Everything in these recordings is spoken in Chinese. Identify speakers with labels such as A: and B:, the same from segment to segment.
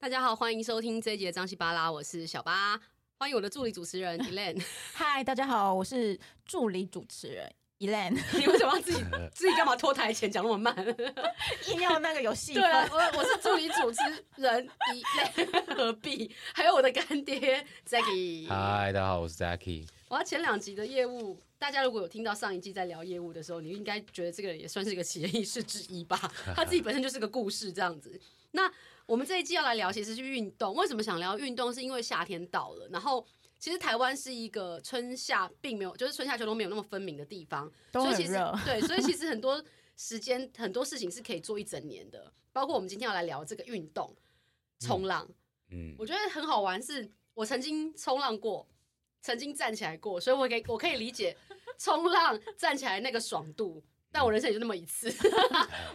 A: 大家好，欢迎收听这一节张西巴拉，我是小巴，欢迎我的助理主持人 Elaine。
B: 嗨，大家好，我是助理主持人 Elaine，
A: 你为什么要自己自己干嘛拖台前讲那么慢？
B: 硬要那个有戏
A: 对啊，我我是助理主持人 Elaine，何 必？还有我的干爹 Zacky。
C: 嗨，大家好，我是 Zacky。
A: 我要前两集的业务，大家如果有听到上一季在聊业务的时候，你应该觉得这个也算是一个企业意识之 一吧？它自己本身就是个故事这样子。那我们这一季要来聊，其实是运动。为什么想聊运动？是因为夏天到了，然后其实台湾是一个春夏并没有，就是春夏秋冬没有那么分明的地方，
B: 都
A: 所以
B: 很
A: 其实
B: 热
A: 对，所以其实很多时间很多事情是可以做一整年的，包括我们今天要来聊这个运动，冲浪。
C: 嗯，
A: 我觉得很好玩是，我曾经冲浪过，曾经站起来过，所以我给我可以理解冲浪站起来那个爽度。但我人生也就那么一次，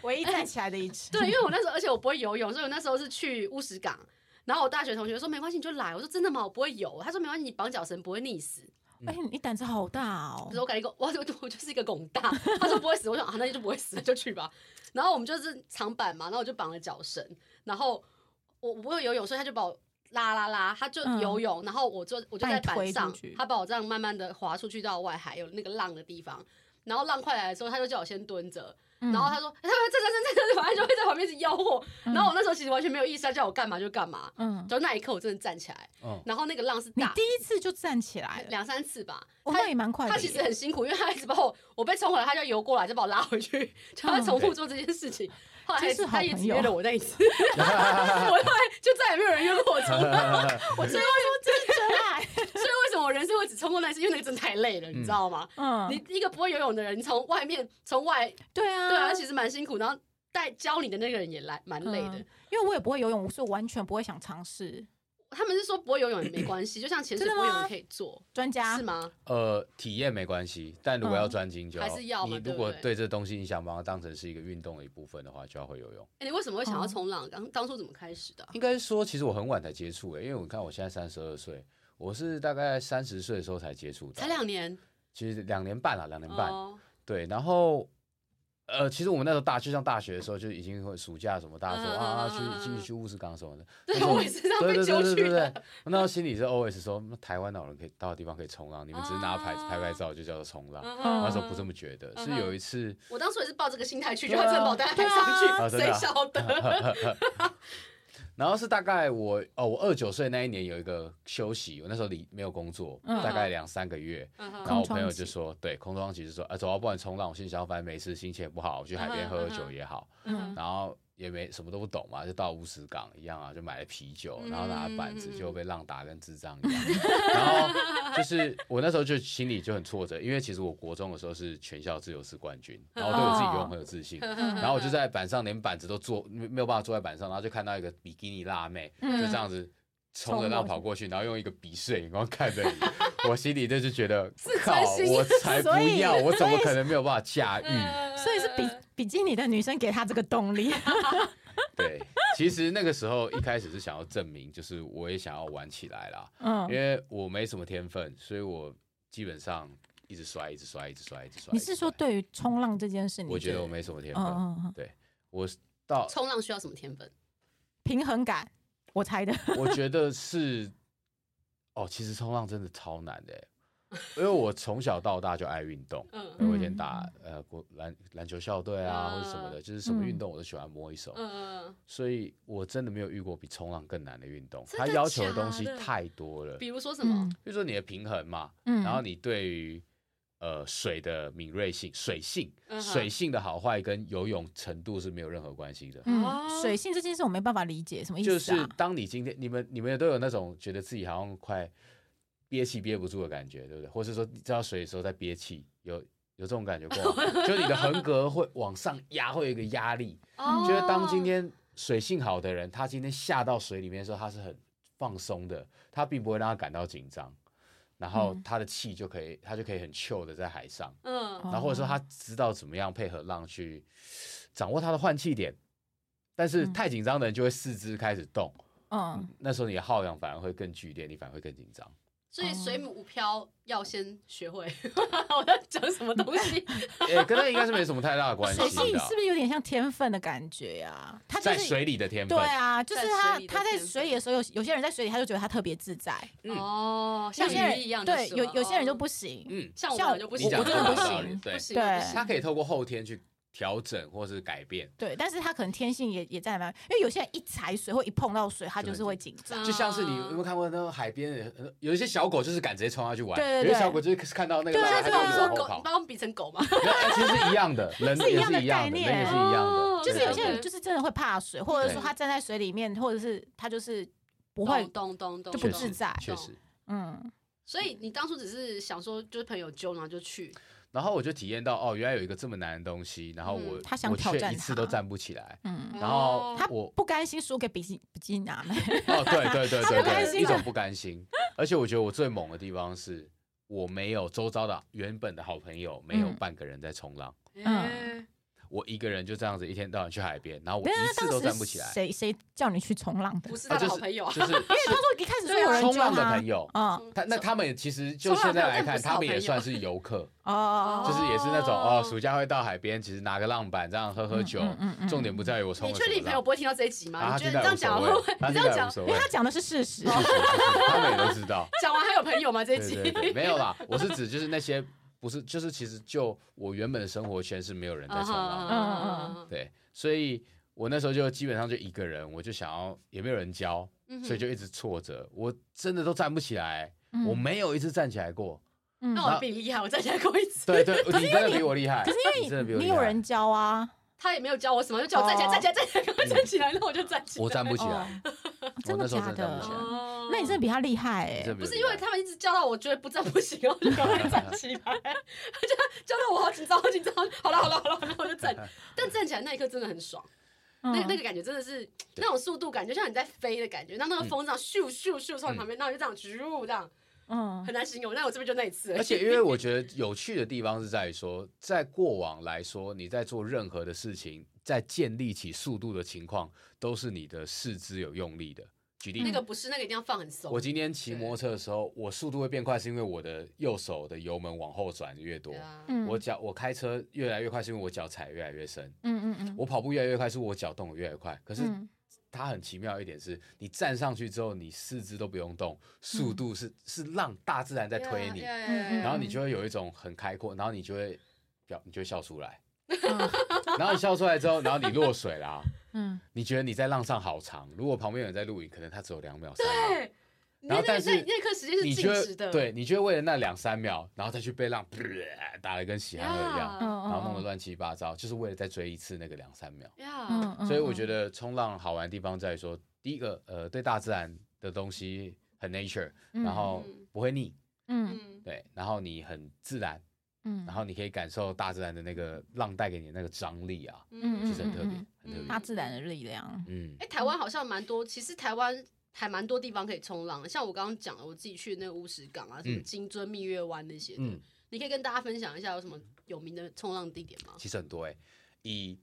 B: 唯一站起来的一 次。
A: 对，因为我那时候，而且我不会游泳，所以我那时候是去乌石港，然后我大学同学说没关系，你就来，我说真的吗？我不会游，他说没关系，你绑脚绳不会溺死。
C: 嗯
B: 哎、你胆子好大
A: 我
B: 哦
A: 说！我感觉我我我就是一个拱大，他说不会死，我想啊那就不会死，就去吧。然后我们就是长板嘛，然后我就绑了脚绳，然后我我不会游泳，所以他就把我拉拉拉，他就
B: 嗯
A: 游泳，然后我就我就
B: 把你
A: 在板
B: 推
A: 上
B: 出去，
A: 他把我这样慢慢的滑出去到外海有那个浪的地方，然后浪快来的时候，他就叫我先蹲着，
B: 嗯
A: 然后他说：“哎他们站站站站站，反正就会在旁边一直吆喝。”然后我那时候其实完全没有意识，他叫我干嘛就干嘛。
B: 嗯，
A: 就那一刻我真的站起来，
C: 嗯，
A: 然后那个浪是
B: 你
A: 大
B: 第一次就站起来了，
A: 两三次吧，
B: 哦，那也蛮快的
A: 他
B: 耶。
A: 其实很辛苦，因为他一直把我我被冲回来，他就游过来，就把我拉回去，就他重复做这件事情。后来
B: 真是好
A: 他也只
B: 朋友
A: 约了我那一次，我后来就再也没有人约过我冲浪。我所以为
B: 真爱，
A: 什么，所以为什么我人生会只冲过那一次？因为那个真的太累了，你知道吗？
B: 嗯，
A: 你一个不会游泳的人，你从外面从外
B: 对啊，
A: 对啊，其实蛮辛苦，然后带教你的那个人也来蛮累的。
B: 嗯因为我也不会游泳，所以我完全不会想尝试。
A: 他们是说不会游泳也没关系，就像潜水
B: 真
A: 不
B: 的
A: 会
B: 吗啊
A: 游泳也可以做，
B: 专家
A: 是吗？
C: 呃，体验没关系，但如果要专精就
A: 嗯还是要嘛
C: 你
A: 对
C: 如
A: 不
C: 果
A: 对
C: 对这东西你想把它当成是一个运动的一部分的话，就要会游泳。
A: 哎、你为什么会想要
B: 哦
A: 冲浪？当当初怎么开始的啊、
C: 应该说，其实我很晚才接触诶、因为我看我现在三十二岁，我是大概三十岁的时候才接触到，
A: 才两年，
C: 其实两年半了，啊两年半。
A: 哦
C: 对，然后呃，其实我们那时候大，就像大学的时候，就已经会暑假什么，大家说、
A: 嗯嗯
C: 啊，
A: 嗯
C: 去
A: 嗯
C: 去去乌石港什么的。
A: 对
C: 但是
A: 我也是这样
C: 对
A: 被
C: 对
A: 揪
C: 对对
A: 去
C: 对
A: 的
C: 对，我 那时候心里是 always 说，那台湾老人可以到的地方可以冲浪，你们只是拿牌子拍拍照就叫做冲浪。
A: 哦嗯
C: 啊那时候不这么觉得，是有一次，
A: 我当初也是抱这个心态去，就
B: 对啊
A: 他真的把我带到海
B: 对
C: 啊
A: 上去，
C: 真
A: 谁
C: 的啊
A: 晓得？
C: 然后是大概我哦，我二九岁那一年有一个休息，我那时候离没有工作，
B: 嗯
C: 大概两三个月。
A: 嗯
C: 然
A: 哼
C: 后我
B: 空窗
C: 朋友
B: 期
C: 就说，对，空窗期就说，啊，走啊，不然冲浪。我心里想，反正没事，心情也不好，我去海边喝喝酒也好。
A: 嗯
B: 嗯
C: 然后也没什么都不懂嘛，就到乌石港一样啊，就买了啤酒，然后拿了板子，
A: 嗯
C: 就被浪打跟智障一样。 然后就是我那时候就心里就很挫折，因为其实我国中的时候是全校自由式冠军，然后对我自己游泳很有自信。
A: 嗯
C: 然后我就在板上连板子都坐没没有办法坐在板上，然后就看到一个比基尼辣妹，
B: 嗯
C: 就这样子冲着浪跑过去，然后用一个鄙视的眼光看着你，我心里就是觉得靠，
A: 心
C: 我才不
B: 所以
C: 要，我怎么可能没有办法驾驭？
B: 所以是比比基尼的女生给他这个动力。
C: 对，其实那个时候一开始是想要证明，就是我也想要玩起来啦，
B: 嗯
C: 因，为我没什么天分，所以我基本上一直摔，一直摔，一直摔，一直摔。
B: 你
C: 一
B: 是
C: 直
B: 说
C: 摔？
B: 对于冲浪这件事，你
C: 我觉得我没什么天
B: 嗯
C: 分，
B: 嗯嗯，
C: 我 到
A: 冲浪需要什么天分？
B: 平衡感，我猜的。
C: 我觉得是，哦，其实冲浪真的超难的欸，因为我从小到大就爱运动。
A: 嗯
C: 我以前打呃国篮篮球校队啊，或者什么的，就是什么运
B: 嗯
C: 动我都喜欢摸一手，
A: 嗯，
C: 所以我真的没有遇过比冲浪更难的运动，
A: 真
C: 它
A: 的
C: 要求
A: 假
C: 东西
A: 的
C: 太多了。
A: 比如说什么？
C: 比如说你的平衡嘛，
B: 嗯
C: 然后你对于呃水的敏锐性、水性、
A: 嗯哼
C: 水性的好坏跟游泳程度是没有任何关系的。
A: 哦
B: 嗯，水性这件事我没办法理解，什么意思
C: 就
B: 啊？
C: 是当你今天你们你们都有那种觉得自己好像快憋气憋不住的感觉，对不对？或是说你知道水的时候在憋气，有有这种感觉过 吗？就你的横膈会往上压，会有一个压力。
B: 嗯
A: 哦
C: 就是当今天水性好的人，他今天下到水里面的时候，他是很放松的，他并不会让他感到紧张，然后
B: 嗯
C: 他的气就可以，他就可以很 chill 的在海上，
A: 嗯
B: 哦
C: 然后或者说他知道怎么样配合浪去掌握他的换气
B: 嗯
C: 点。但是太紧张的人就会四肢开始动，
B: 嗯，
C: 那时候你的耗氧反而会更剧烈，你反而会更紧张。
A: 所以水母漂要先学会。
B: 哦
A: 我在讲什么东 西？
C: 哎、跟那应该是没什么太大的关系
B: 水性
C: 的啊。
B: 是不是有点像天分的感觉呀、他就
C: 在
B: 是
C: 水里的天
B: 对
C: 分，
B: 啊，就是
A: 在
B: 他
A: 水里的
B: 他在
A: 天分
B: 水里的时候，有有些人在水里他就觉得他特别自在，
C: 嗯
A: 哦，
B: 有
A: 像
B: 些
A: 鱼
B: 人
A: 一样的
B: 对
A: 是吗，
B: 有有些人就
A: 哦
B: 不行。
C: 嗯，
A: 像我
B: 像
A: 们就不
C: 你
A: 行，
C: 讲
B: 我真的
C: 得
B: 不
C: 有道
B: 行
C: 理 对啊
A: 不行，
B: 对
A: 不行
C: 他可以透过后天去调整或是改变。
B: 对，但是他可能天性也也在那边，因为有些人一踩水或一碰到水，他
C: 就
B: 就
C: 会
B: 是会紧张。
A: 啊
C: 就像
B: 嗯
C: 是你有没有看过那个海边的呃有一些小狗就是敢直接冲下去玩，
B: 对对
C: 有
B: 对
C: 些小狗就是看到那个
B: 对
C: 浪
B: 啊
C: 它
A: 现在
C: 就是
B: 对
A: 把我
B: 啊
A: 们
C: 往
A: 说狗，
C: 后跑
A: 你，把我们比成狗嘛？
C: 没有哎其实一样的，人
B: 是一
C: 也
B: 样的
C: 是一样
B: 概
C: 的，
B: 念
C: 人也是一样的，啊
A: 哦
B: 就是有些
A: 对对
B: 人
A: 对
B: 就是真的会怕水，或者
C: 对
B: 说他站在水里面，或者是他就是不会，
A: 咚咚咚，
B: 就
C: 确
B: 不
A: 懂
B: 自
C: 实
B: 在。
C: 啊确
A: 懂
C: 实。
B: 嗯，
A: 所以你当初只是想说，就是朋友揪，然后就去，
C: 然后我就体验到哦，原来有一个这么难的东西，然后我、
A: 嗯
B: 他想
C: 我
B: 挑
C: 却
B: 战
C: 一次
B: 它
C: 都站不起来，
B: 嗯，
C: 然后
A: 哦
B: 他
C: 我
B: 不甘心输给比基比基男，
C: 哦，对对 对对
B: 不甘
C: 对，
B: 心
C: 一
B: 啊
C: 种不甘心。而且我觉得我最猛的地方是，我没有周遭的原本的好朋友，没有
B: 嗯
C: 半个人在冲浪，
A: 嗯，
C: 我一个人就这样子一天到晚去海边，然后我
B: 没有，
C: 一
B: 那
C: 次都
B: 当
C: 站
B: 时
C: 不起来。
B: 谁谁叫你去冲浪的？
A: 不是他
C: 啊就
A: 的
C: 是
A: 好朋友啊，
C: 就是
B: 他说一开始说
A: 对啊
B: 有人
C: 冲
B: 救
C: 浪的
B: 他
C: 朋，友。
B: 嗯，
C: 他那他们其实就
A: 冲浪
C: 现在
A: 朋友
C: 来
A: 但
C: 看，
A: 不是
C: 他
A: 好
C: 们也
A: 朋友
C: 算是游 客，
B: 哦，
C: 就是也是那种
A: 哦嗯
C: 哦，暑假会到海边，其实拿个浪板这样喝喝酒。重点不在于我冲
A: 你
C: 了
A: 确
C: 什
A: 定你朋
C: 么
A: 友
C: 浪，
A: 不会听到这一集
C: 啊，
A: 吗？
C: 他
A: 你觉
C: 听
A: 得
C: 到
A: 这
C: 也无
A: 样讲
C: 所
A: 会不
C: 谓
A: 会，？
C: 他
A: 你这样
C: 听到也无
A: 讲
C: 所
B: 因
C: 谓
B: 为，他讲的是事实，
C: 是 是是是他们也都知道。
A: 讲完还有朋友吗？这一
C: 对
A: 集
C: 对 对，没有啦，我是指就是那些不是，就是其实就我原本的生活圈是没有人在冲浪的，
A: 嗯
C: 对，所以我那时候就基本上就一个人，我就想要也没有人教，
A: 嗯
C: 所以就一直挫折，我真的都站不起来，我没有一次站起来过。
B: 嗯
A: 那我比你厉害，我再来过一次，
C: 对对，你真的比我厉害，
B: 可是
C: 你
B: 因
C: 真
B: 为
C: 的比我
B: 你
C: 厉
B: 你
C: 害
B: 有人教啊，
A: 他也没有教我什么，就叫我站起来，
B: 哦
A: 站起来，站起来，赶快站起来，那我就站起来。
C: 我站不起
B: 哦
C: 来，，
B: 真
C: 那
B: 的
C: 时候
B: 假
C: 真的站不起来
B: 的？
A: 哦
B: 那你真的比他厉害
C: 你
B: 哎
C: 真的，比
A: 不
C: 我
A: 是
C: 厉
A: 因为
C: 害
A: 他们一直叫到我觉得不站不行，我就赶快站起来， 就叫到我好紧张，好紧张。好了好了好了，然后我就站。但站起来那一刻真的很爽，那
B: 嗯
A: 那个感觉真的是那种速度感，就像你在飞的感觉，
C: 嗯
A: 然后那个风这样咻咻咻从你旁边，然后你就这样咻这样，
B: 嗯
A: 很难形容。那我这边就那一次而已，
C: 而且， 因为我觉得有趣的地方是在于说，在过往来说，你在做任何的事情，在建立起速度的情况，都是你的四肢有用力的。举
B: 嗯
C: 例，
A: 那个不是那个一定要放很
B: 哦
A: 松。
C: 我今天骑
A: 对
C: 摩托车的时候，我速度会变快，是因为我的右手的油门往后转越多
A: 对。啊
B: 嗯
C: 我脚我开车越来越快，是因为我脚踩越来越深。
B: 嗯嗯
C: 我跑步越来越快，是我脚动得越来越快。可是
B: 嗯
C: 它很奇妙一点是，你站上去之后，你四肢都不用动，
A: 嗯
C: 速度是、是让大自然在推你。
A: Yeah, yeah, yeah,
B: 嗯
A: yeah.
C: 然后你就会有一种很开阔，然后你就会表，你就会笑出来，
B: 嗯
C: 然后你笑出来之后，然后你落水啦，
B: 嗯，
C: 你觉得你在浪上好长，如果旁边有人在录影，可能他只有两秒、三秒，
A: 对，你那
C: 然后但
A: 那
C: 是
A: 那那刻时间是
C: 你
A: 静
C: 就
A: 止
C: 会
A: 的，
C: 对，你就会为了那两三秒，然后再去被浪、呃打的跟喜憨儿一样，
A: Yeah.
B: 嗯
C: 然后弄得乱七八糟，就是为了再追一次那个两三秒。
B: 嗯
A: 呀，
C: 所以我觉
B: 得
C: 得冲浪好玩的地方在于说，第一个呃，对大自然的东西很 nature，然后
A: 嗯
C: 不会腻，
B: 嗯
A: 嗯，
C: 对，然后你很自然。
B: 嗯
C: 然后你可以感受大自然的那个浪带给你的那个张力啊，
B: 嗯
C: 其实很特别，
B: 嗯
C: 很特别
B: 大。自然的力量，
C: 嗯
A: 哎，台湾好像蛮多，其实台湾。还蛮多地方可以冲浪的，像我刚刚讲的，我自己去那个乌石港啊，什么
C: 嗯
A: 金樽蜜月湾那些的，
C: 嗯，
A: 你可以跟大家分享一下有什么有名的冲浪地点吗？
C: 其实很多哎、以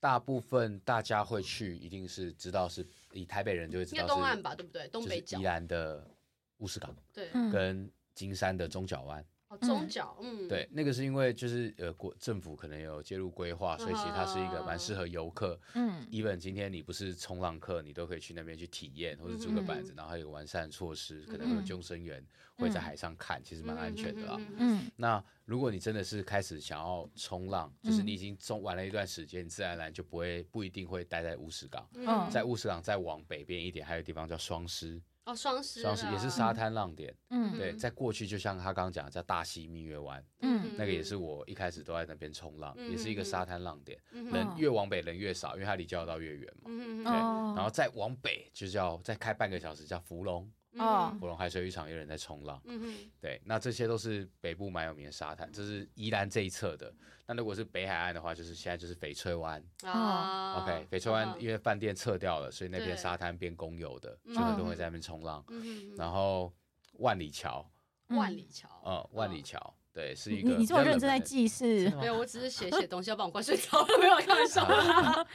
C: 大部分大家会去，一定是知道是以台北人就会知
A: 应
C: 道
A: 该
C: 是
A: 东岸吧，对不对？东
C: 就是
A: 北角
C: 宜，兰的乌石港
A: 对，
B: 嗯
C: 跟金山的中角湾，
A: 哦，中角，嗯，
C: 对，，那个是因为就是呃国政府可能有介入规划，所以其实它是一个蛮
A: 哦
C: 适合游客。
B: 嗯
C: even 今天你不是冲浪客，你都可以去那边去体验，或者租个
A: 嗯
C: 板子，然后还有完善措施，可能会有
B: 嗯
C: 救生员会在海上看，其实蛮安全的啦。
A: 嗯
B: 嗯
C: 那如果你真的是开始想要冲浪，就是
B: 嗯
C: 你已经冲玩了一段时间，你自然而然就不会不一定会待在乌石港，
B: 嗯
C: 在乌石港再往北边一点，还有地方叫双狮，
A: 哦，双狮啊，
C: 双狮也是沙滩浪点。
B: 嗯
C: 对，
A: 嗯
C: 在过去就像他刚刚讲的，叫大溪蜜月湾，
B: 嗯
C: 那个也是我一开始都在那边冲浪，也是一个
A: 嗯嗯嗯
C: 沙滩浪点，
A: 嗯哼，
C: 人越往北人越少，因为它离交流道越远嘛。
A: 嗯
C: 对
A: 哼
B: 哦
C: 然后再往北就是要再开半个小时，叫福隆，
B: 哦
C: 福隆海水浴场有人在冲浪。
A: 嗯哼，
C: 对，那这些都是北部蛮有名的沙滩，这是宜兰这一侧的。那如果是北海岸的话，就是现在就是翡翠湾。
A: 啊
C: OK，翡翠湾因为饭店撤掉了，所以那
A: 对
C: 片沙滩变公有的，
A: 嗯
C: 所以很多人会在那边冲浪。
A: 嗯
C: 然后万里桥，
A: 哼，万里桥，
C: 嗯，万里
A: 嗯
C: 桥，对，是
B: 你
C: 一个
B: 你
C: 比
B: 这
C: 较
B: 么
C: 冷门的。
B: 认真在记
C: 真
B: 是
C: 的吗
A: 没有，我只是写写东西，要帮我灌睡着了，没有开玩笑。
C: 啊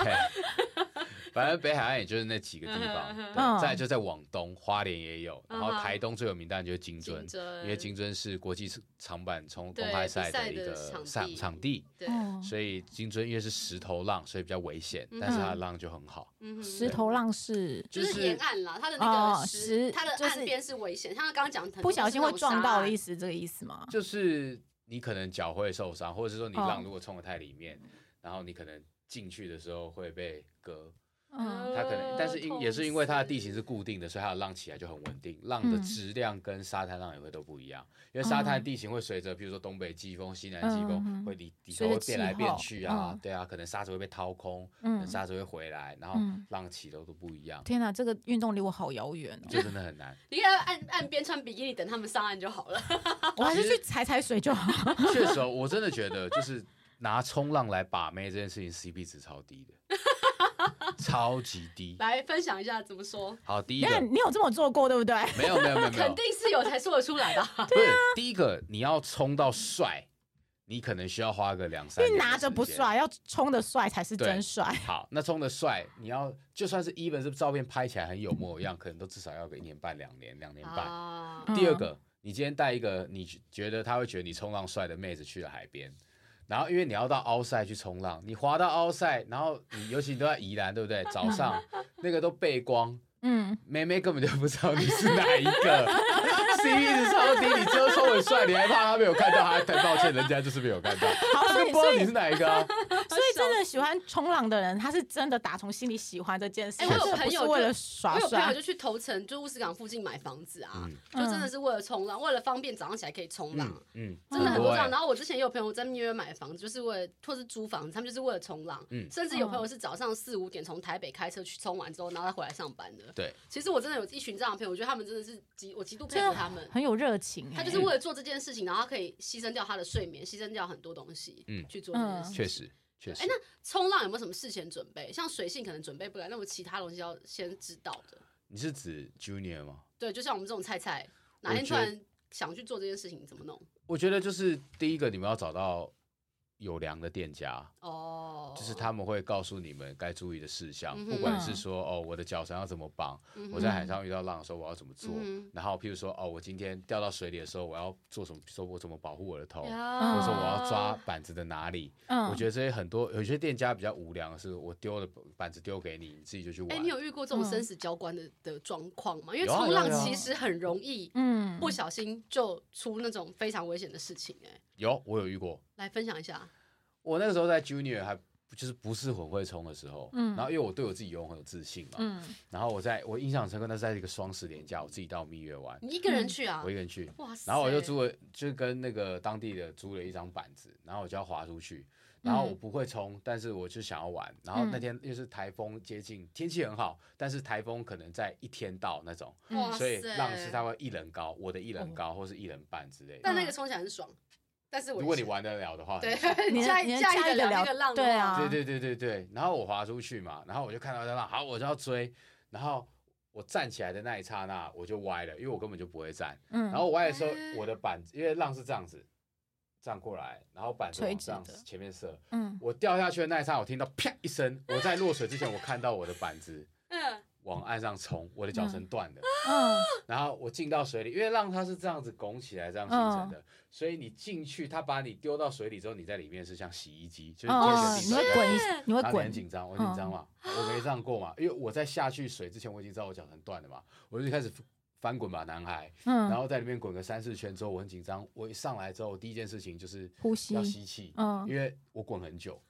C: OK 反正北海岸也就是那几个地方，
B: 嗯
C: 对再来就在往东，花莲也有，然后
A: 嗯哼
C: 台东最有名当然就是金
A: 竞
C: 樽，
A: 争，
C: 因为金樽是国际长板冲
A: 对
C: 公开赛
A: 比赛
C: 的一
A: 的
C: 个
A: 场地
C: 场场地，
A: 对，
B: 哦
C: 所以金樽因为是石头浪，所以比较危险
A: 嗯，
C: 但是它的浪就很好。
A: 嗯哼
B: 石头浪是
A: 就
C: 就是是
A: 沿岸啦，它的那个
B: 哦
A: 石，
B: 石
A: 它的
B: 就是
A: 岸边是危险。像他刚刚讲很
C: 嗯
A: 多
B: 不小心会撞到的意
A: 思，
B: 思，这个意思吗？
C: 就是你可能脚会受伤，或者是说你
B: 哦
C: 浪如果冲得太里面，然后你可能进去的时候会被割。
B: 嗯
C: 它可能，但是
A: 痛
C: 因也是因为它的地形
A: 死
C: 是固定的，所以它的浪起来就很稳定，浪的
B: 嗯
C: 质量跟沙滩浪也会都不一样。因为沙滩
B: 嗯
C: 地形会随着，比如说东北季风、西南季
B: 嗯嗯
C: 风，
B: 嗯
C: 会离底
B: 随
C: 头
B: 着
C: 会
B: 气
C: 变来变
B: 候
C: 去啊
B: 嗯，
C: 对啊，可能沙子会被掏空，可能
B: 嗯，
C: 沙子会回来，然后
B: 嗯
C: 浪起的都不一样，
B: 天哪，这个运动离我好遥 远哦，
C: 这真的很难。
A: 你看岸岸边穿比基尼等他们上岸就好了。
B: 我还是去踩踩水就好。
C: 确实哦，我真的觉得就是拿冲浪来把妹这件事情，CP 值超低的，超级低。
A: 来分享一下怎么说，
C: 好，第一
B: 你
C: 个
B: 看，你有这么做过对不对？
C: 没有没有没有没有
A: 肯，定是有才说得出来 吧？
C: 不是
B: 啊
C: 第一个，你要冲到帅，你可能需要花个两 三
B: 因
C: 年。
B: 为拿着不。帅，要冲的帅才是真 帅。
C: 好，那冲的帅，你要就算是 even 是照片拍起来很有模有样，可能都至少要个一年半、两年、两年半。
A: 啊，
B: 嗯
C: 第二个，你今天带一个你觉得他会觉得你冲浪帅的妹子去了海边，然后因为你要到凹赛去冲浪，你滑到凹赛，然后你尤其你都在宜兰，对不对？早上那个都背光，
B: 嗯，
C: 妹妹根本就不知道你是哪一个 ，CP 值超低，你只有说很帅，你还怕他没有看到，还很抱歉，人家就是没有看到，
B: 好，
C: 他
B: 所
C: 就
B: 以
C: 不知道
B: 所
C: 你
B: 以
C: 是哪一个啊。
B: 所以真的喜欢冲浪的人，他是真的打从心里喜欢这件事，
A: 哎我有
B: 真的
A: 朋
B: 不是
A: 友
B: 为
A: 就
B: 了耍
A: 我有朋友
C: 啊
B: 帅
A: 就。去头城，就乌石港附近买房子啊，
C: 嗯
A: 就真的是为了冲浪，为了方便早上起来可以冲浪。
C: 嗯嗯，
A: 真的很多这样，
C: 欸
A: 然后我之前也有朋友在纽约买房子，就是为了或是租房子，他们就是为了冲浪，
C: 嗯
A: 甚至有朋友是早上四五点从台北开车去冲完之后，然后再回来上班的。
C: 对，
A: 其实我真的有一群这样的朋友，我觉得他们真的是极，我极度佩服他们。
B: 很有热情、哎
A: 他就是为了做这件事情，然后他可以牺牲掉他的睡眠，牺牲掉很多东西，嗯，
C: 嗯
A: 去做这件事情。
C: 确实确实
A: 哎。冲浪有没有什么事前准备？像水性可能准备不来，那么其他东西要先知道的。
C: 你是指 Junior 吗？
A: 对，就像我们这种菜菜，哪
C: 我
A: 天突
C: 觉得
A: 然想去做这件事情，怎么弄？
C: 我觉得就是第一个，你们要找到有良的店家，
A: 哦，
C: 就是他们会告诉你们该注意的事项，
A: 嗯哼
C: 不管是说哦我的脚绳要怎么绑，
A: 嗯哼，
C: 我在海上遇到浪的时候我要怎么做，
A: 嗯
C: 然后譬如说哦我今天掉到水里的时候我要做什么，比如说我怎么保护我的头，哦或
A: 呀，
B: 或
C: 者说我
A: 哦
C: 要抓板子的哪里。
B: 嗯
C: 我觉得这些很多有些店家比较无良，是我丢了板子丢给你，你自己就去玩。
A: 哎、你有遇过这种
B: 嗯
A: 生死交关的、的状况吗？因为
C: 有啊
A: 冲
C: 有啊
A: 浪
C: 有啊
A: 其实很容易
B: 嗯
A: 不小心就出那种非常危险的事情、哎，
C: 有我有遇过，
A: 来分享一下。
C: 我那个时候在 Junior 还就是不是很会冲的时候，
B: 嗯
C: 然后因为我对我自己游泳很有自信嘛，
B: 嗯
C: 然后我在我印象很深刻，那是在一个双十连假，我自己到蜜月玩，
A: 你一个
B: 嗯
A: 人去啊？
C: 我一个人去，
A: 哇塞！
C: 然后我就租了，就跟那个当地的租了一张板子，然后我就要划出去。然后我
B: 嗯
C: 不会冲，但是我就想要玩。然后那
A: 嗯
C: 天又是台风接近，天气很好，但是台风可能在一天到那种，
B: 嗯
A: 哇塞，哦
C: 所以浪是它会一人高，我的一人高或是一人半之类的。
A: 但
B: 嗯
A: 那个冲起来很爽，但是我
C: 如果你玩得了的话，
A: 对
C: 很 爽
B: 你的
A: 驾
B: 你的
A: 驾驭
B: 驾驭
A: 得了
B: 得
A: 那
B: 了
A: 个浪的
B: 对
A: 话
B: 啊
C: 对对对对对，然后我滑出去嘛，然后我就看到他浪，好，我就要追，然后我站起来的那一刹那我就歪了，因为我根本就不会站，
B: 嗯
C: 然后我歪的时候
A: 哎，
C: 我的板子因为浪是这样子，这样过来，然后板子
B: 垂
C: 往
B: 直
C: 上
B: 的
C: 前面射，
B: 嗯，
C: 我掉下去的那一刹那，我听到啪一声，我在落水之前，我看到我的板子
A: 嗯，
C: 往岸上冲，我的脚绳断了，
B: 嗯
C: 然后我进到水里，因为浪它是这样子拱起来这样形
B: 嗯
C: 成的，所以你进去，它把你丢到水里之后，你在里面是像洗衣机，就是
B: 哦，嗯
C: 你水
B: 你会滚，你会
C: 然后你很
B: 滚，嗯
C: 紧张，我很紧张嘛，我没这样过嘛，因为我在下去水之前我已经知道我脚很断了嘛，我就开始翻滚吧，男孩，
B: 嗯，
C: 然后在里面滚个三四圈之后，我很紧张，我一上来之后，我第一件事情就是
B: 呼吸
C: 要吸气，
B: 嗯
C: 因为我滚很久，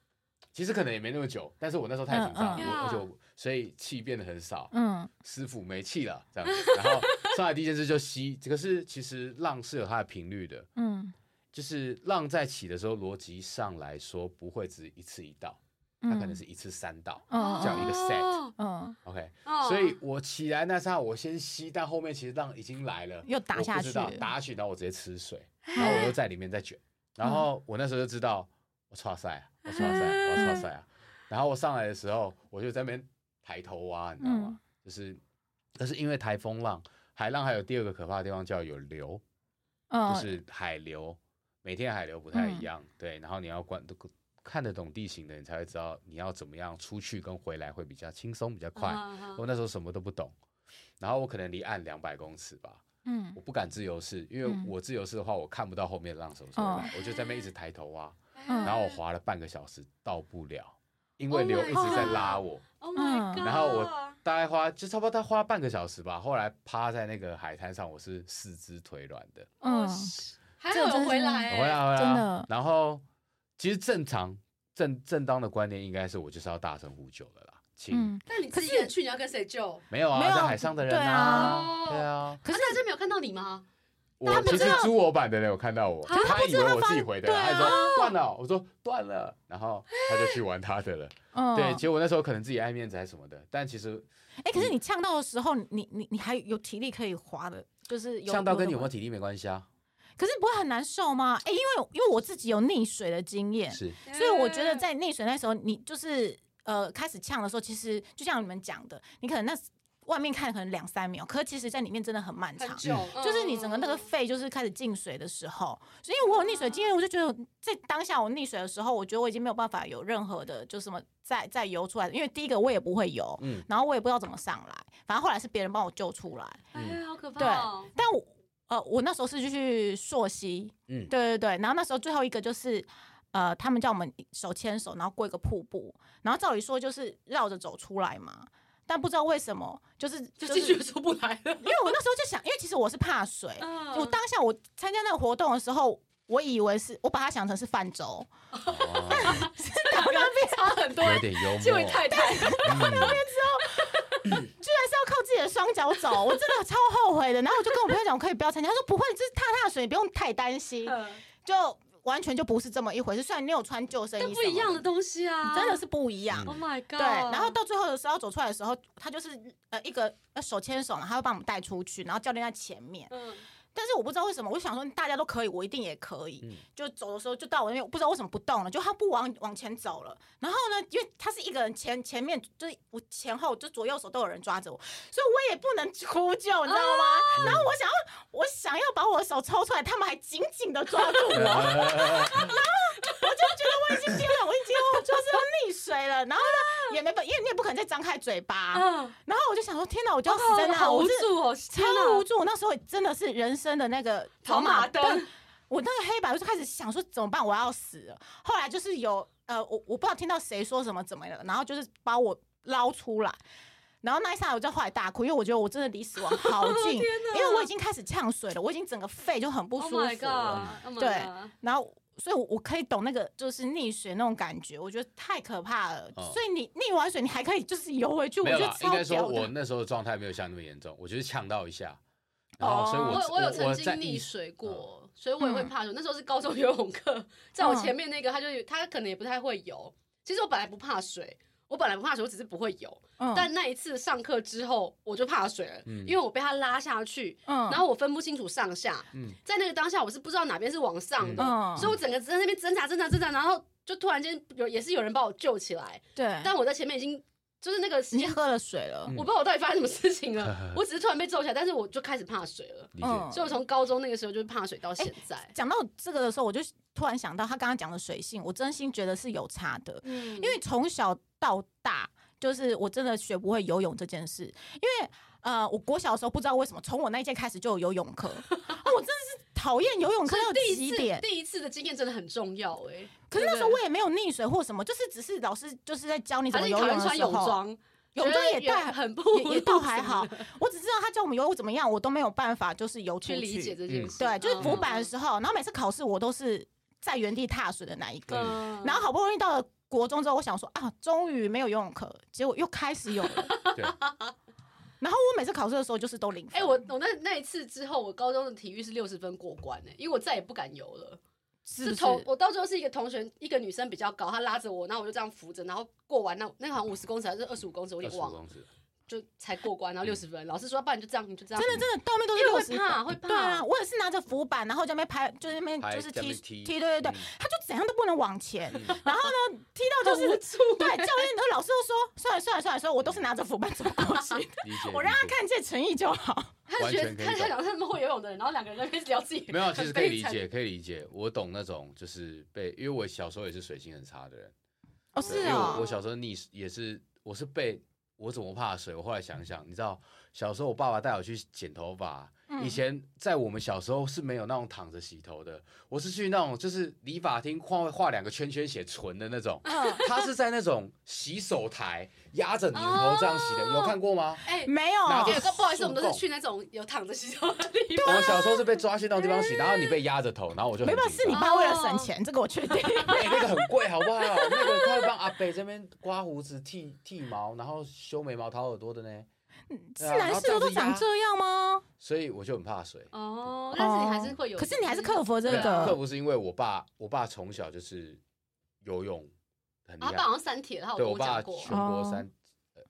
C: 其实可能也没那么久，但是我那时候太紧张，
B: 嗯
A: 嗯
C: 我而且我所以气变得很少，
B: 嗯
C: 师傅没气了这样子， 然后上来第一件事就吸，可是其实浪是有它的频率的，
B: 嗯
C: 就是浪在起的时候，逻辑上来说不会只一次一到，它可能是一次三到。
B: 嗯
C: 这样一个 set
A: 哦
B: 嗯，
C: OK，、
A: 哦
C: 所以我起来那刹那我先吸，但后面其实浪已经来了，
B: 又打
C: 我不
B: 下
C: 知
B: 去
C: 道
B: 了
C: 打下去，然后我直接吃水，
B: 嗯
C: 然后我又在里面再卷，然后我那时候就知道我超赛啊，我超赛啊，我超赛啊，然后我上来的时候我就在那边抬头啊蛙，你知道吗？
B: 嗯
C: 就是，但是因为台风浪、海浪还有第二个可怕的地方叫有流，就
B: 嗯，
C: 是海流，每天海流不太一样，对，然后你要关看得懂地形的，你才会知道你要怎么样出去跟回来会比较轻松、比较快。
A: 啊
C: 我那时候什么都不懂，然后我可能离岸两百公尺吧，
B: 嗯
C: 我不敢自由式，因为
B: 嗯
C: 我自由式的话，我看不到后面的浪手手
B: 哦
C: 嘛，我就在那边一直抬头挖，
B: 嗯
A: 哎
C: 然后我滑了半个小时到不了，因
B: 哦
C: 为流
A: Oh my
C: 一直在拉我，
A: ，Oh
B: 嗯
A: my god！
C: 然后我大概花就差不多花半个小时吧，后来趴在那个海滩上，我是四肢腿软的，
B: 嗯，
A: 哦还好有回来、
C: 我回来，啊回来，
B: 哎真的
C: 然后其实正常正正当的观念应该是我就是要大声呼救了啦，亲，
B: 嗯，
A: 但你自己一个人去，你要跟谁救？
C: 没有啊，
B: 没有
C: 在海上的人
B: 对
A: 啊
C: 对啊，
A: 可是大家没有看到你吗？
C: 我其实租我版的人有看到
B: 啊
C: 我，他以为我自己回的，
B: 对啊
C: 他就说断了，我说断了，然后他就去玩他的了。
B: 嗯
C: 对，结果那时候可能自己爱面子还是什么的，但其实
B: 哎，可是你呛到的时候，你你你还有体力可以滑的，就是有
C: 呛到跟你有
B: 有的
C: 没有体力没关系啊，
B: 可是不会很难受吗？哎，因为因为我自己有溺水的经验，
C: 是
A: 啊
B: 所以我觉
A: 嗯
B: 得在溺水那时候，你就是呃开始呛的时候，其实就像你们讲的，你可能那外面看可能两三秒，可是其实在里面真的很漫
A: 很
B: 长。
A: 久，嗯
B: 就是你整个那
A: 哦
C: 嗯
B: 个肺就是开始进水的时候，所以因为我有溺水经验，我就觉得在当下我溺水的时候，我觉得我已经没有办法有任何的，就什么再再游出来，因为第一个我也不会游，
C: 嗯
B: 然后我也不知道怎么上来，反正后来是别人帮我救出来，
A: 嗯，哎呀，好可
B: 对
A: 怕哦！
B: 但我呃我那时候是去溯溪，
C: 嗯
B: 对对对，然后那时候最后一个就是。呃，他们叫我们手牵手，然后过一个瀑布，然后照理说就是绕着走出来嘛，但不知道为什么就是
A: 就是进去出不来了。
B: 因为我那时候就啊想，因为其实我是怕水，
A: 嗯
B: 我当下我参加那个活动的时候，我以为是我把它想成是泛舟，
C: 哦
A: 两个差很多，
C: 有点幽
A: 这位
C: 默。
A: 太太，
C: 嗯
B: 居然是要靠自己的双脚走，我真的超后悔的。然后我就跟我朋友讲，我可以不要参加，他说不会，这是踏踏水，你不用太担心，
A: 嗯
B: 就完全就不是这么一回事。虽然你有穿救生衣，
A: 但不一样的，东西啊，
B: 真的是不一样。
A: ，Oh my god！
B: 对，然后到最后的时候走出来的时候，他就是呃一个呃手牵手嘛，他会把我们带出去，然后教练在前面。
A: 嗯，
B: 但是我不知道为什么，我想说大家都可以，我一定也可以。
C: 嗯
B: 就走的时候就到我那边，我不知道为什么不动了，就他不往往前走了。然后呢，因为他是一个人前前面就是我前后就左右手都有人抓着我，所以我也不能呼救，你知道吗？
A: 啊
B: 然后我想要我想要把我的手抽出来，他们还紧紧的抓住我，我就觉得我已经丢了，我已经我就是要溺水了。然后呢，也没办，因为你也不可能再张开嘴巴。
A: 啊，
B: 然后我就想说，天哪，我就要
A: 好
B: 死在那，
A: 好
B: 我
A: 无
B: 是
A: 助哦，
B: 超
A: 天哪
B: 无助，我那时候真的是人生的那个
A: 跑马灯，
B: 我那个黑白我就开始想说怎么办，我要死了。后来就是有呃，我我不知道听到谁说什么怎么了，然后就是把我捞出来。然后那一刹那我就后来大哭，因为我觉得我真的离死亡 好近，因为我已经开始呛水了，我已经整个肺就很不
A: ，Oh
B: 舒服了。
A: my god！
B: 对然后，所以我我可以懂那个就是溺水那种感觉，我觉得太可怕了。
C: 哦
B: 所以你溺完水，你还可以就是游回去，我
C: 没
B: 觉
C: 有
B: 得
C: 啦，应
B: 超
C: 该
B: 屌
C: 说
B: 的
C: 我那时候的状态没有像那么严重，我就是呛到一下，然后
B: 哦
C: 所以
A: 我
C: 我
A: 我有曾
C: 我
A: 经
C: 在意
A: 溺
C: 识
A: 水过，所以我也会怕水。那时候是高中游泳课，在我前面那个，他就他可能也不太会游。其实我本来不怕水，我本来不怕水，我只是不会游。
B: 嗯
A: 但那一次上课之后，我就怕水了，
C: 嗯
A: 因为我被他拉下去，
B: 嗯
A: 然后我分不清楚上下。
C: 嗯
A: 在那个当下，我是不知道哪边是往上的，
B: 嗯
A: 所以我整个在那边挣扎挣扎挣扎，然后就突然间有也是有人把我救起来，
B: 对，
A: 但我在前面已经就是那个时
B: 你
A: 间，
B: 喝了水了，
C: 嗯
A: 我不知道我到底发生什么事情了，我只是突然被救起来，但是我就开始怕水了。
C: 理解。
B: 嗯哎
A: 所以我从高中那个时候就是怕水到现在。
B: 讲到这个的时候，我就突然想到他刚刚讲的水性，我真心觉得是有差的，
A: 嗯，因
B: 因为从小到大，就是我真的学不会游泳这件事，因为。呃，我国小的时候不知道为什么，从我那一届开始就有游 泳课，啊我真的是讨厌游泳课到
A: 第一
B: 极
A: 次
B: 点。
A: 第一次的经验真的很重要哎、欸。
B: 可是那
A: 对
B: 时候我也没有溺水或什么，就是只是老师就是在教你怎
A: 还
B: 么
A: 是
B: 游
A: 讨
B: 泳
A: 厌
B: 的
A: 穿
B: 时
A: 泳
B: 候，
A: 装，
B: 泳装也
A: 带
B: 带
A: 很不
B: 也也倒还好，我只知道他教我们游泳怎么样，我都没有办法就是游出
A: 去理解这件事。
B: 对，就是浮板的
A: 嗯
B: 时候，然后每次考试我都是在原地踏水的那一个。
A: 嗯
B: 然后好不容易到了国中之后，我想说啊，终于没有游泳课，结果又开始有 了。
C: 对
B: 然后我每次考试的时候就是都零分。
A: 哎、我我那那一次之后，我高中的体育是六十分过关哎、因为我再也不敢游了。
B: 是不
A: 同
B: 是？
A: 我到最后是一个同学，一个女生比较高，她拉着我，然后我就这样扶着，然后过完那那好像五十公尺还是二十五公尺，我有点
C: 二十
A: 忘了。
C: 公尺，
A: 就才过关，然后六十分。老师说，啊不然就这样，你就这样。
B: 嗯真的真的到面都是
A: 因为
B: 六
A: 会
B: 十，
A: 怕会怕
B: 对啊，我也是拿着浮板，然后在那边拍，就是那边
C: 拍
B: 就是
C: 在那
B: 踢
C: 边
B: 对
C: 踢
B: 对对，
C: 嗯
B: 他就怎样都不能往前，然后呢，踢到就
A: 很无
B: 是
A: 助
B: 对教练和老师都说算了算了算了算了，我都是拿着浮板走过去，
C: 理解。
B: 我让他
C: 理解
B: 看见诚意就好。
A: 他
C: 完
A: 觉得
C: 全可以
A: 他他
C: 懂
A: 讲他们会游泳的人，然后两个人在那边聊自己，
C: 没有，其实可以理
A: 很悲
C: 解，可以理解。我懂那种就是被，因为我小时候也是水性很差的人，
B: 哦，
C: 对
B: 是
C: 因为
B: 哦
C: 我，我小时候溺水也是，我是被我怎么怕水？我后来想想，你知道，小时候我爸爸带我去剪头发，
B: 嗯
C: 以前在我们小时候是没有那种躺着洗头的，我是去那种就是理发厅画画两个圈圈写纯的那种，
B: 嗯
C: 他是在那种洗手台压着你的
B: 哦
C: 头这样洗的，有看过吗？
A: 惨。哎，
B: 没有，
C: 哪
A: 有
C: 个
A: 一个不好意思，我们都
C: 树
A: 是
C: 洞
A: 去那种有躺着洗头的地方。
C: 我小时候是被抓去那种地方
B: 嗯
C: 洗，然后你被压着头，然后我就很
B: 没办法，
C: 紧
B: 是你
C: 张
B: 爸为了省钱，这个我确定。
C: 哎、那个很贵，好不好？那个他会帮阿北这边刮胡子、剃剃毛，然后修眉毛、掏耳朵的呢。
B: 是
C: 对啊
B: 男士都长这样吗？
C: 所以我就很怕水。
A: 哦，但是你还是会有，
B: 哦可是你还是克服了这
C: 对啊克
B: 个。
C: 服是因为我爸，我爸从小就是游泳很厉
A: 啊他爸好
C: 害，
A: 像删帖，他有
C: 对
A: 跟
C: 我
A: 我
C: 爸
A: 讲过。啊
C: 全国三、呃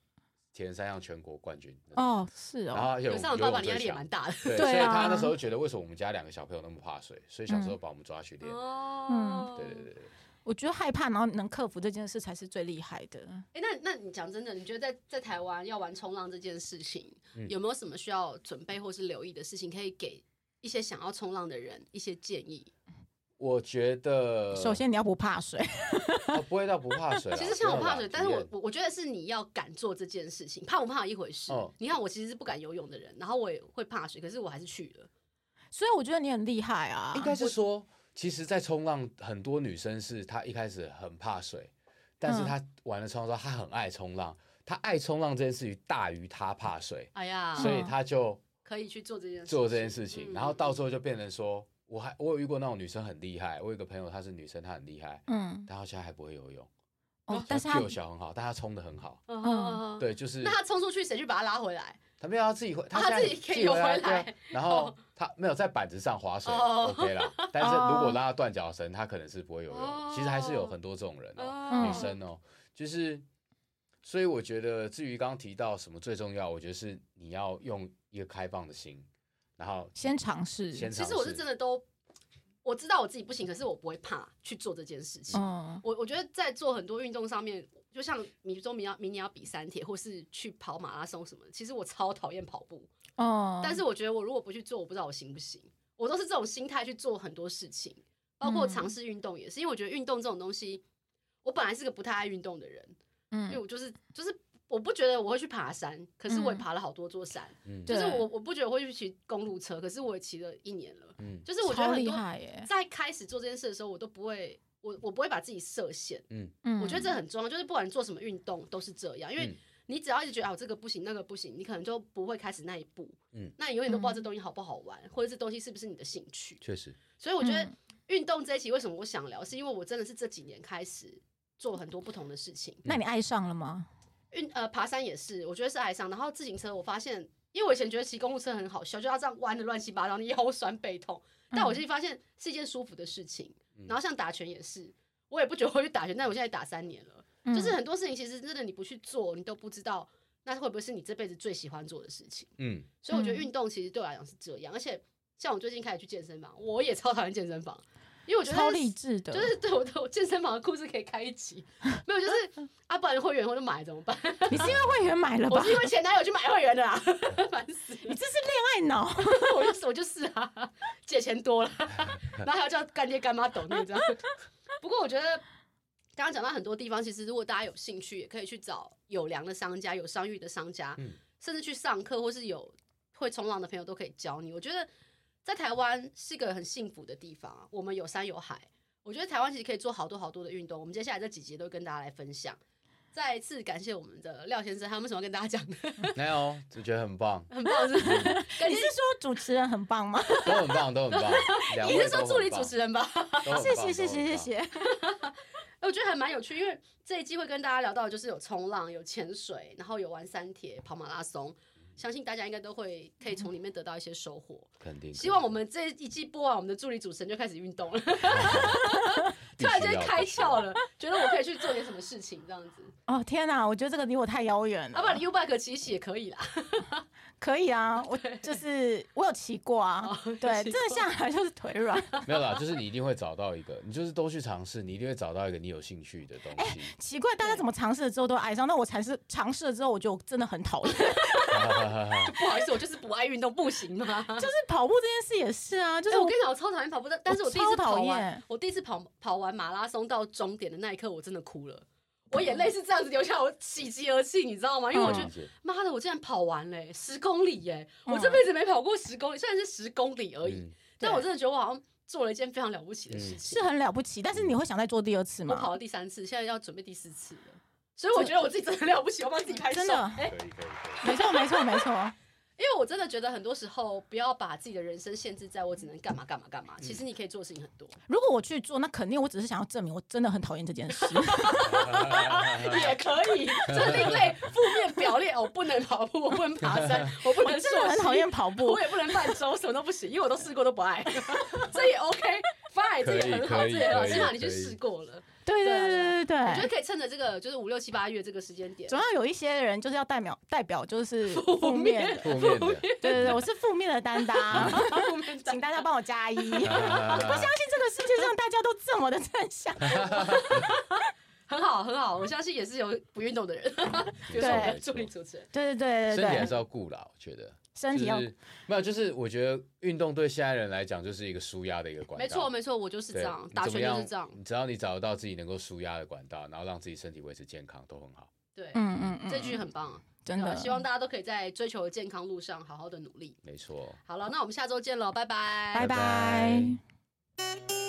C: 铁人三项全国冠军。
B: 哦，是
C: 然后
B: 哦，
C: 他游
A: 有
C: 泳
A: 时候爸爸
C: 游泳
A: 你压力也
C: 最强
A: 蛮大的。
B: 对
C: 对，
B: 啊
C: 所以他那时候觉得为什么我们家两个小朋友那么怕水，所以小
B: 嗯
C: 时候把我们抓去练。
A: 哦，
C: 对对对。对，
B: 我觉得害怕，然后能克服这件事才是最厉害的。
A: 哎，那那你讲真的，你觉得在在台湾要玩冲浪这件事情，
C: 嗯
A: 有没有什么需要准备或是留意的事情，可以给一些想要冲浪的人一些建议？
C: 我觉
A: 呃
C: 得
B: 首、先你要不怕水，
C: 哦不会到不怕水 啦，
A: 其实像我
C: 不要啦
A: 怕水，
C: 体
A: 但是我
C: 验
A: 我我觉得是你要敢做这件事情，怕不怕一回事。
C: 哦
A: 你看我其实是不敢游泳的人，然后我也会怕水，可是我还是去了。
B: 所以我觉得你很厉害啊
C: 应。该是说，其实，在冲浪，很多女生是她一开始很怕水，但是
B: 嗯
C: 她玩了冲浪之后，她很爱冲浪，她爱冲浪这件事情大于她怕水，
A: 哎呀，
C: 所以她就
A: 可以去做这件事，
C: 做这件事情，
A: 嗯
C: 然后到最后就变成说，我还我有遇过那种女生很厉害，我有一个朋友她是女生，她很厉害，
B: 嗯，
C: 但她现在还不会游泳，
B: 哦，但是他
C: 技巧很好，但她冲的很好，
A: 嗯哼嗯哼，
C: 对，就是
A: 那他冲出去，谁去把他拉回来？
C: 她没有她自己会，
A: 她
C: 现在
A: 自己可以游
C: 会啊
A: 回
C: 对啊
A: 来
C: 然后她没有在板子上划水
A: 哦
C: ，OK 啦，但是如果拉她断脚绳，她可能是不会游
A: 哦
C: 泳，其实还是有很多这种人哦。
A: 哦
C: 女生哦，就是，所以我觉得，至于刚刚提到什么最重要，我觉得是你要用一个开放的心，然后
B: 先尝试，
C: 先
A: 其
C: 尝
A: 实
C: 试。
A: 我是真的都，我知道我自己不行，可是我不会怕去做这件事情。
B: 嗯，
A: 我我觉得在做很多运动上面，就像你说明要明年要比三铁，或是去跑马拉松什么的，其实我超讨厌跑步，
B: 哦，
A: 但是我觉得我如果不去做，我不知道我行不行。我都是这种心态去做很多事情，包括
B: 嗯
A: 尝试运动也是，因为我觉得运动这种东西，我本来是个不太爱运动的人，因为
B: 嗯，
A: 我就是就是我不觉得我会去爬山，可是我也
B: 嗯
A: 爬了好多座山，
C: 嗯
A: 就是
B: 对
A: 我我不觉得我会去骑公路车，可是我也骑了一年了，
C: 嗯
A: 就是我觉
B: 超
A: 得很
B: 厉
A: 多
B: 害耶，
A: 在开始做这件事的时候，我都不会，我我不会把自己设限。
B: 嗯，
A: 我觉得这很重要，就是不管做什么运动都是这样，因为
C: 嗯
A: 你只要一直觉得哦这个不行那个不行，你可能就不会开始那一步。
C: 嗯
A: 那你永远都不知道这东西好不好玩，或者这东西是不是你的兴趣。
C: 确实，
A: 所以我觉得
B: 嗯
A: 运动这一期为什么我想聊，是因为我真的是这几年开始做很多不同的事情。
B: 那你爱上了吗？
A: 运呃爬山也是，我觉得是爱上。然后自行车，我发现，因为我以前觉得骑公路车很好笑，就要这样弯的乱七八糟，你腰酸背痛。 但我其实发现是一件舒服的事情。
C: 嗯
A: 然后像打拳也是，我也不觉得我去打拳，但我现在打三年了，
B: 嗯
A: 就是很多事情其实真的你不去做，你都不知道那会不会是你这辈子最喜欢做的事情。
C: 嗯，
A: 所以我觉得
B: 嗯
A: 运动其实对我来讲是这样，而且像我最近开始去健身房，我也超讨厌健身房，因为我觉得
B: 超励志的，
A: 就是 对我的我健身房的故事可以开一集，没有 就是啊，不然会员我就买怎么办？
B: 你是因为会员买了
A: 我
B: 吧
A: 是？因为前男友去买会员的啊啦，烦死
B: 你
A: 了！
B: 这是恋爱脑，
A: 我就是我就是啊，借钱多了，然后还要叫干爹干妈抖那这样。 不过我觉得刚刚讲到很多地方，其实如果大家有兴趣，也可以去找有良的商家、有商誉的商家，
C: 嗯
A: 甚至去上课，或是有会冲浪的朋友都可以教你。我觉得在台湾是一个很幸福的地方啊，我们有山有海。我觉得台湾其实可以做好多好多的运动，我们接下来这几节都会跟大家来分享。再一次感谢我们的廖先生，还有没有什么要跟大家讲的？
C: 没有，我觉得很棒，
A: 很棒，是不是？感
B: 你
A: 谢
B: 是说主持人很棒吗？
C: 都很棒，都 很棒。两
A: 你
C: 位
A: 是说
C: 都
A: 助理
C: 很
A: 主
C: 棒
A: 持人吧？
C: 都很棒
B: 谢谢谢
C: 都很
B: 谢谢
C: 棒
B: 谢，
A: 我觉得还蛮有趣，因为这一季会跟大家聊到的就是有冲浪、有潜水，然后有玩山铁、跑马拉松，相信大家应该都会可以从里面得到一些收获。
C: 肯定。
A: 希望我们这一季播完，我们的助理主持人就开始运动了，
C: 必
A: 突
C: 须
A: 然间
C: 要
A: 开窍了，觉得我可以去做点什么事情这样子。
B: 哦天哪，我觉得这个离我太遥远了。
A: 啊要不
C: 嗯
A: 然 U bike 骑一骑也可以啦。
B: 可以啊，我就是我有骑过啊，对，
A: 哦骑
B: 真
A: 过
B: 的下来就是腿软。
C: 没有啦，就是你一定会找到一个，你就是都去尝试，你一定会找到一个你有兴趣的东西。
B: 奇怪，大家怎么尝试了之后都爱上？那我尝试尝试了之后，我就真的很讨 厌。就
A: 不好意思，我就是不爱运动，不行吗？就是
B: 跑步这件事也是啊， 就是
A: 是哎我
B: 我
A: 跟你讲，我超讨厌跑步的，但是我第一
B: 超
A: 次跑
B: 讨
A: 完
B: 厌，
A: 我第一次跑跑完马拉松到终点的那一刻，我真的哭了，我眼泪是这样子流下来，我喜极而泣，你知道吗？因为我觉得
C: 理解
A: 妈的，我竟然跑完嘞、十公里耶、
B: 嗯
A: 我这辈子没跑过十公里，虽然是十公里而已，
C: 嗯
A: 但我真的觉得我好像做了一件非常了不起的事情。
B: 是很了不起，但是你会想再做第二次
A: 我跑
B: 吗？
A: 了第三次，现在要准备第四次了，所以我觉得我自己真的很了不起，我帮自己拍手。
B: 真的哦
A: 哎
C: 可
B: 没
C: 以可以可
B: 错，没错，没错。
A: 因为我真的觉得很多时候不要把自己的人生限制在我只能干嘛干嘛干嘛，其实你可以做的事情很多，
B: 如果我去做，那肯定我只是想要证明我真的很讨厌这 件事。
A: 也可以。这另类负面表列哦，不能跑步，我不能爬山，我不能
B: 我真的很
A: 溯溪
B: 讨厌跑步
A: 我，也不能泛舟，什么都不行，因为我都试过都不 爱，这也 OK，fine，这
C: 可以
A: 也很好，
C: 可
A: 这
C: 以
A: 也很好，
C: 可以
A: 起码你去
C: 可以
A: 试过了。
B: 对对对对
A: 我觉得
B: 对。
A: 可以趁着这个就是五六七八月这个时间点
B: 总，要有一些人就是要代表代表就是负面的，
C: 以，负面的。
B: 对对对，我是负面的 担当，
A: 后面
B: 请大家帮我 加一。
C: 哈
B: 我
C: 哈
B: 不
C: 哈
B: 相
C: 哈
B: 信这个世界上大家都这么的正向。
A: 很好很好，我相信也是有不运动的人， 比如说我们的助理主持人，
B: 对对对
C: 身体还
B: 对
C: 是
B: 对，
C: 要顾啦，我觉得。
B: 身体要
C: 就是没有，就是我觉得运动对现在人来讲就是一个舒压的一个管道。
A: 没错没错，我就是
C: 对，
A: 这样，
C: 你
A: 打
C: 怎么
A: 拳就是这样，
C: 样。只要你找得到自己能够舒压的管道，然后让自己身体维持健康，都很好。
A: 对，
B: 嗯嗯嗯，
A: 这句很棒啊，
B: 真
A: 对啊
B: 的
A: 希望大家都可以在追求健康路上好好的努力。
C: 没错。
A: 好了，那我们下周见喽，拜拜，
B: 拜拜。